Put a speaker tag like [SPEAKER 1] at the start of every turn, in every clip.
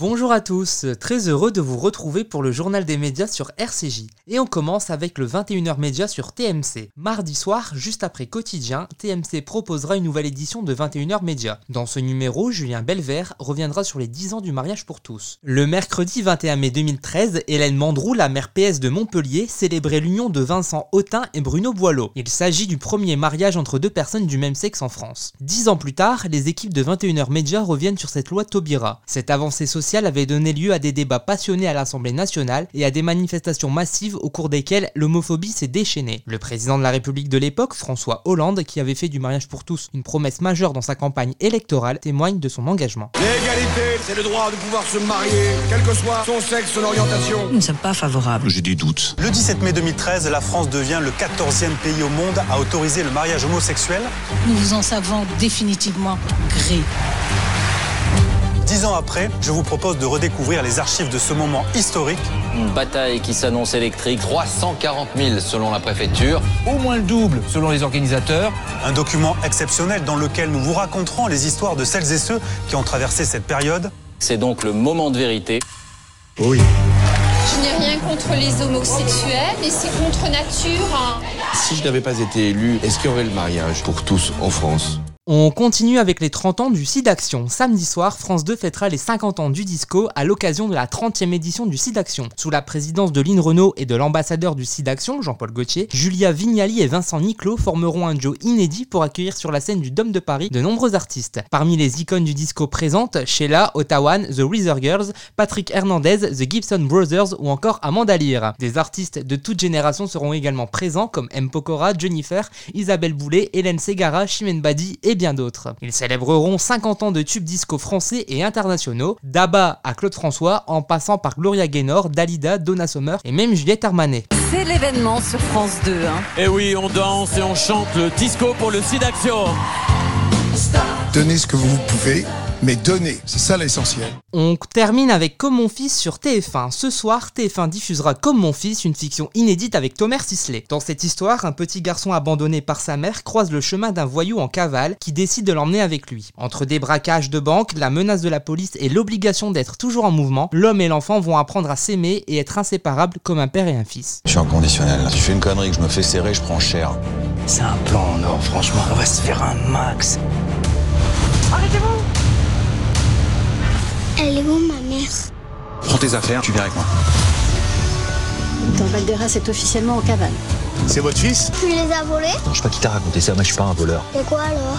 [SPEAKER 1] Bonjour à tous, très heureux de vous retrouver pour le journal des médias sur RCJ. Et on commence avec le 21h Média sur TMC. Mardi soir, juste après Quotidien, TMC proposera une nouvelle édition de 21h Média. Dans ce numéro, Julien Belvert reviendra sur les 10 ans du mariage pour tous. Le mercredi 21 mai 2013, Hélène Mandrou, la maire PS de Montpellier, célébrait l'union de Vincent Autain et Bruno Boileau. Il s'agit du premier mariage entre deux personnes du même sexe en France. Dix ans plus tard, les équipes de 21h Média reviennent sur cette loi Taubira. Cette avancée sociale avait donné lieu à des débats passionnés à l'Assemblée nationale et à des manifestations massives au cours desquelles l'homophobie s'est déchaînée. Le président de la République de l'époque, François Hollande, qui avait fait du mariage pour tous une promesse majeure dans sa campagne électorale, témoigne de son engagement.
[SPEAKER 2] L'égalité, c'est le droit de pouvoir se marier, quel que soit son sexe, son orientation.
[SPEAKER 3] Nous ne sommes pas favorables.
[SPEAKER 4] J'ai des doutes.
[SPEAKER 5] Le 17 mai 2013, la France devient le 14e pays au monde à autoriser le mariage homosexuel.
[SPEAKER 6] Nous vous en savons définitivement gré.
[SPEAKER 5] Dix ans après, je vous propose de redécouvrir les archives de ce moment historique.
[SPEAKER 7] Une bataille qui s'annonce électrique, 340 000 selon la préfecture,
[SPEAKER 8] au moins le double selon les organisateurs.
[SPEAKER 5] Un document exceptionnel dans lequel nous vous raconterons les histoires de celles et ceux qui ont traversé cette période.
[SPEAKER 7] C'est donc le moment de vérité.
[SPEAKER 9] Oui.
[SPEAKER 10] Je n'ai rien contre les homosexuels, mais c'est contre nature. Hein.
[SPEAKER 11] Si je n'avais pas été élu, est-ce qu'il y aurait le mariage pour tous en France
[SPEAKER 1] on continue avec les 30 ans du SIDAction. Samedi soir, France 2 fêtera les 50 ans du disco à l'occasion de la 30e édition du SIDAction. Sous la présidence de Lynn Renault et de l'ambassadeur du SIDAction, Jean-Paul Gauthier, Julia Vignali et Vincent Niclot formeront un duo inédit pour accueillir sur la scène du Dôme de Paris de nombreux artistes. Parmi les icônes du disco présentes, Sheila, Ottawan, The Weezer Girls, Patrick Hernandez, The Gibson Brothers ou encore Amanda Lear. Des artistes de toute génération seront également présents comme M. Pokora, Jennifer, Isabelle Boulet, Hélène Segara, Chimène Badi et bien d'autres. Ils célébreront 50 ans de tubes disco français et internationaux, d'Abba à Claude François, en passant par Gloria Gaynor, Dalida, Donna Summer et même Juliette Armanet.
[SPEAKER 12] C'est l'événement sur France 2. Hein.
[SPEAKER 13] Et oui, on danse et on chante le disco pour le Sidaction.
[SPEAKER 14] Donnez ce que vous pouvez, mais donnez, c'est ça l'essentiel.
[SPEAKER 1] On termine avec Comme mon fils sur TF1. Ce soir, TF1 diffusera Comme mon fils, une fiction inédite avec Thomas Sisley. Dans cette histoire, un petit garçon abandonné par sa mère croise le chemin d'un voyou en cavale qui décide de l'emmener avec lui. Entre des braquages de banque, la menace de la police et l'obligation d'être toujours en mouvement, l'homme et l'enfant vont apprendre à s'aimer et être inséparables comme un père et un fils.
[SPEAKER 15] Je suis inconditionnel. Si je fais une connerie, que je me fais serrer, je prends cher.
[SPEAKER 16] C'est un plan en or, franchement, on va se faire un max.
[SPEAKER 17] Arrêtez-vous
[SPEAKER 18] elle est où ma mère
[SPEAKER 15] Prends tes affaires, tu viens avec moi.
[SPEAKER 19] Ton Val est officiellement en cavale.
[SPEAKER 15] C'est votre fils
[SPEAKER 18] Tu les as volés
[SPEAKER 15] Non, je sais pas qui t'a raconté ça, moi je suis pas un voleur.
[SPEAKER 18] Et quoi alors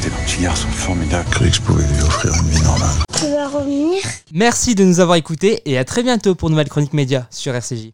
[SPEAKER 15] T'es un petit garçon formidable. Je croyais que je pouvais lui offrir une vie normale.
[SPEAKER 18] Tu vas revenir
[SPEAKER 1] Merci de nous avoir écoutés et à très bientôt pour Nouvelle Chronique Média sur RCJ.